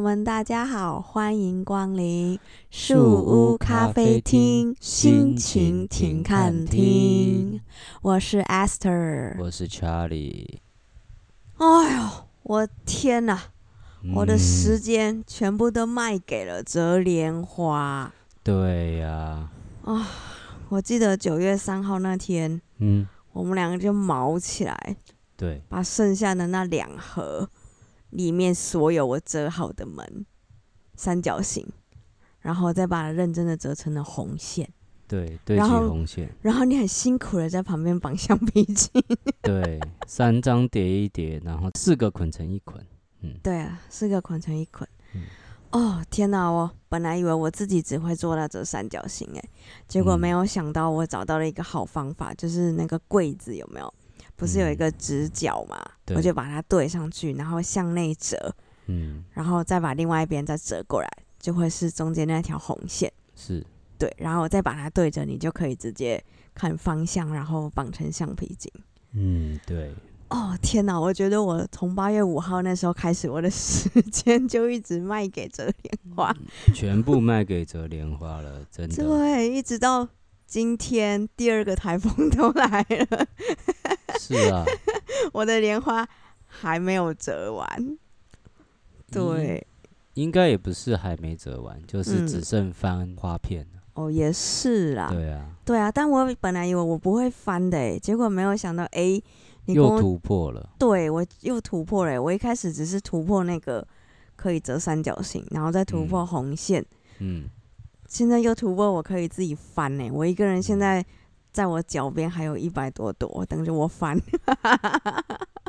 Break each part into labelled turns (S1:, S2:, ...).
S1: 们大家好，欢迎光临树
S2: 树
S1: 屋
S2: 屋
S1: 咖
S2: 咖
S1: 啡
S2: 啡
S1: 厅
S2: 厅，
S1: 心
S2: 心
S1: 情
S2: 情
S1: 请
S2: 请
S1: 看
S2: 看
S1: 厅
S2: 厅。
S1: 我是 Esther。
S2: 我是 Charlie，
S1: 哎呦，我天哪！我的
S2: 嗯
S1: 时间全部都卖给了折莲花。
S2: 对呀、
S1: 我记得九月三号那天，
S2: 嗯，
S1: 我们两个就毛起来，
S2: 对，
S1: 把剩下的那两盒里面所有我折好的门三角形，然后再把它认真的折成了红线。
S2: 对，对齐
S1: 然后
S2: 红线，
S1: 然后你很辛苦的在旁边绑橡皮筋。
S2: 对，三张叠一叠，然后四个捆成一捆，
S1: 对啊，四个捆成一捆。
S2: 嗯
S1: 哦，天哪！我本来以为我自己只会做到这三角形，哎，结果
S2: 嗯
S1: 没有想到我找到了一个好方法，就是那个柜子有没有？不是有一
S2: 嗯
S1: 个直角嘛？
S2: 对
S1: 我就把它对上去，然后向内折，
S2: 嗯，
S1: 然后再把另外一边再折过来，就会是中间那条红线。
S2: 是，
S1: 对，然后再把它对着，你就可以直接看方向，然后绑成橡皮筋。
S2: 嗯，对，
S1: 哦天哪！我觉得我从八月五号那时候开始，我的时间就一直卖给折莲花，
S2: 全部卖给折莲花了，真的
S1: 对，一直到今天第二个台风都来了，
S2: 是啊，
S1: 我的莲花还没有折
S2: 嗯
S1: 完。 对，
S2: 应该也不是还没折完，就是只
S1: 嗯
S2: 剩翻花片了，
S1: 哦也是啦，
S2: 对啊，
S1: 对啊，但我本来以为我不会翻的诶，结果没有想到，哎，你跟
S2: 又
S1: 我
S2: 突破了，
S1: 对我又突破了诶，欸我一开始只是突破那个可以折三角形，然后再突破
S2: 嗯
S1: 红线。
S2: 嗯，
S1: 现在 YouTube 我可以自己翻呢、我一个人现
S2: 嗯
S1: 在在我脚边还有一百多朵，等着我翻。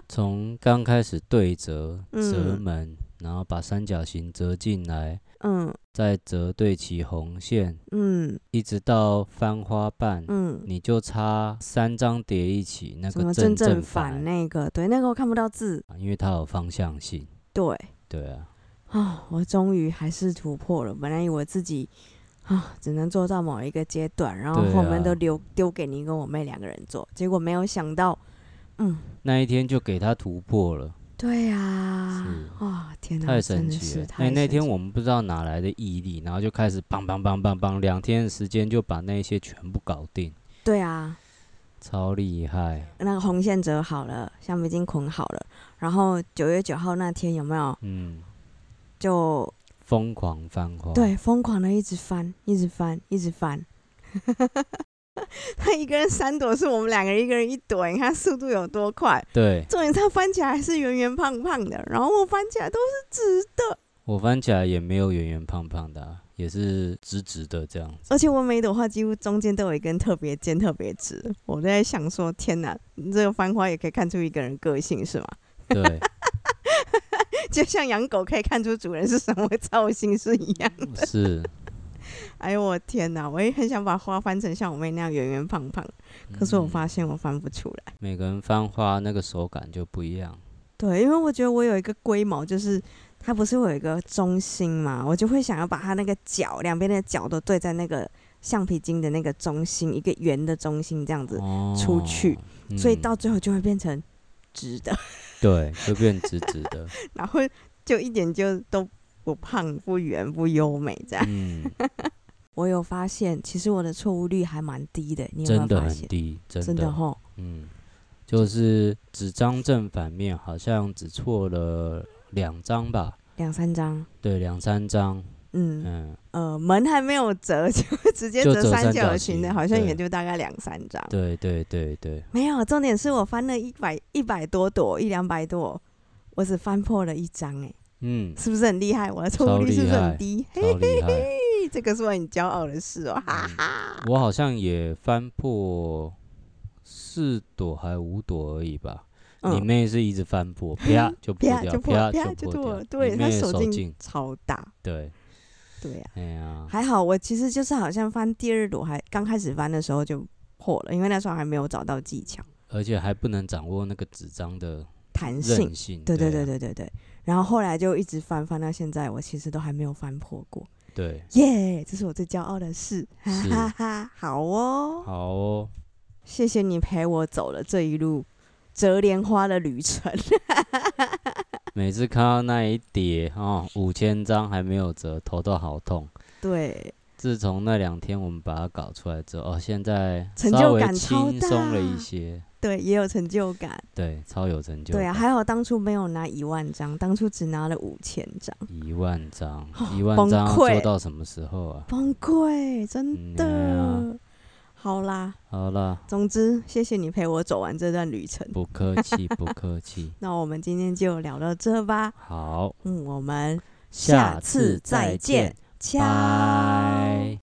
S2: 从刚开始对折折
S1: 嗯
S2: 门，然后把三角形折进来，
S1: 嗯
S2: 再折对齐红线，
S1: 嗯
S2: 一直到翻花瓣，
S1: 嗯，
S2: 你就差三张叠一起，那
S1: 什
S2: 个
S1: 么正
S2: 正
S1: 反
S2: 反，
S1: 那个？对，那个我看不到字。
S2: 啊因为它有方向性。
S1: 对
S2: 对啊，
S1: 啊、我终于还是突破了。本来以为自己啊只能做到某一个阶段，然后
S2: 对
S1: 后面
S2: 啊
S1: 都留丢给你跟我妹两个人做，结果没有想到，嗯，
S2: 那一天就给它突破了，
S1: 对呀、
S2: 是
S1: 啊，天哪，
S2: 太
S1: 真
S2: 神
S1: 的
S2: 奇
S1: 是
S2: 了。
S1: 太
S2: 那那
S1: 神
S2: 天
S1: 奇
S2: 我们不知道哪来的毅力，然后就开始梆梆梆梆梆，两天的时间就把那些全部搞定，
S1: 对啊，
S2: 超厉害。
S1: 那个红线折好了，橡皮筋捆好了，然后九月九号那天有没有
S2: 嗯，
S1: 就
S2: 疯狂翻花。
S1: 对疯狂的一直翻，一直翻，一直翻。 他一个人三朵，是我们两个人一个人一朵，你看速度有多快。
S2: 对，
S1: 重点他翻起来还是圆圆胖胖的，然后我翻起来都是直的，
S2: 我翻起来也没有圆圆胖胖的啊、也是直直的这样子。
S1: 而且我每一朵花几乎中间都有一根特别尖、特别直的。我在想说，天哪，你这个翻花也可以看出一个人个性是吗？
S2: 对，
S1: 就像养狗可以看出主人是什么造型是一样。
S2: 嗯是。
S1: 哎呦我天哪！我也很想把花翻成像我妹那样圆圆胖胖，可是我
S2: 嗯
S1: 发现我翻不出来。
S2: 每个人翻花那个手感就不一样。
S1: 对，因为我觉得我有一个龟毛，就是它不是会有一个中心嘛，我就会想要把它那个角两边的角都对在那个橡皮筋的那个中心，一个圆的中心这样子，
S2: 哦
S1: 出去，所以
S2: 嗯
S1: 到最后就会变成直的，
S2: 对就变直直的，
S1: 然后就一点就都不胖不圆不优美这样。
S2: 嗯，
S1: 我有发现，其实我的错误率还蛮低的，你有没
S2: 真
S1: 有
S2: 的
S1: 发
S2: 很
S1: 现？
S2: 低，真
S1: 真的吼，
S2: 嗯，就是纸张正反面好像只错了两张吧，
S1: 两三张，
S2: 对，两三张，
S1: 嗯。
S2: 嗯，
S1: 呃，门还没有折， 就直接
S2: 就
S1: 折
S2: 折
S1: 三
S2: 三
S1: 角
S2: 角
S1: 形
S2: 形
S1: 的，好像
S2: 对
S1: 也就大概两三张。
S2: 对对对对，
S1: 没有，重点是我翻了一百一百多朵，一两百朵，我只翻破了一张，哎，
S2: 嗯，
S1: 是不是很厉害？我的错误
S2: 超
S1: 率是不
S2: 厉
S1: 是很
S2: 害
S1: 低？嘿
S2: 超厉害。
S1: 嘿，这个是我很骄傲的事哦，哈
S2: 嗯
S1: 哈。
S2: 我好像也翻破四朵还五朵而已吧。你
S1: 嗯，
S2: 妹是一直翻破， 啪就破
S1: 啪
S2: 掉，
S1: 就破，
S2: 啪
S1: 啪
S2: 就
S1: 就
S2: 破
S1: 破，
S2: 掉。
S1: 对
S2: 你
S1: 他
S2: 妹
S1: 手
S2: 手
S1: 劲
S2: 劲，
S1: 超大，
S2: 对，
S1: 对啊呀。
S2: 哎呀，
S1: 还好我其实就是好像翻第二朵，还刚开始翻的时候就破了，因为那时候还没有找到技巧
S2: 而且还不能掌握那个纸张的
S1: 弹性
S2: 韧。性。
S1: 对对对
S2: 对啊
S1: 对对对。然后后来就一直翻翻到现在，我其实都还没有翻破过，
S2: 对，
S1: 耶、这是我最骄傲的事，哈
S2: 是
S1: 哈哈！好哦，
S2: 好哦，
S1: 谢 谢你陪我走了这一路折莲花的旅程。
S2: 每次看到那一叠哦，五千张还没有折，头都好痛。
S1: 对，
S2: 自从那两天我们把它搞出来之后，哦，现在
S1: 成
S2: 稍
S1: 就
S2: 微
S1: 感超
S2: 轻松了一
S1: 大
S2: 些，
S1: 对，也有成就感。
S2: 对，超有成就感。
S1: 对啊，还有当初没有拿一万张，当初只拿了五千张，
S2: 一万张，一
S1: 哦
S2: 万
S1: 崩
S2: 张要做
S1: 溃
S2: 到什么时候啊？
S1: 崩溃，真的。
S2: 嗯
S1: 好啦，
S2: 好了，
S1: 总之谢谢你陪我走完这段旅程。
S2: 不客气，不客气。
S1: 那我们今天就聊到这吧。
S2: 好，
S1: 嗯，我们
S2: 下
S1: 次再
S2: 再见，
S1: 见，拜
S2: 拜。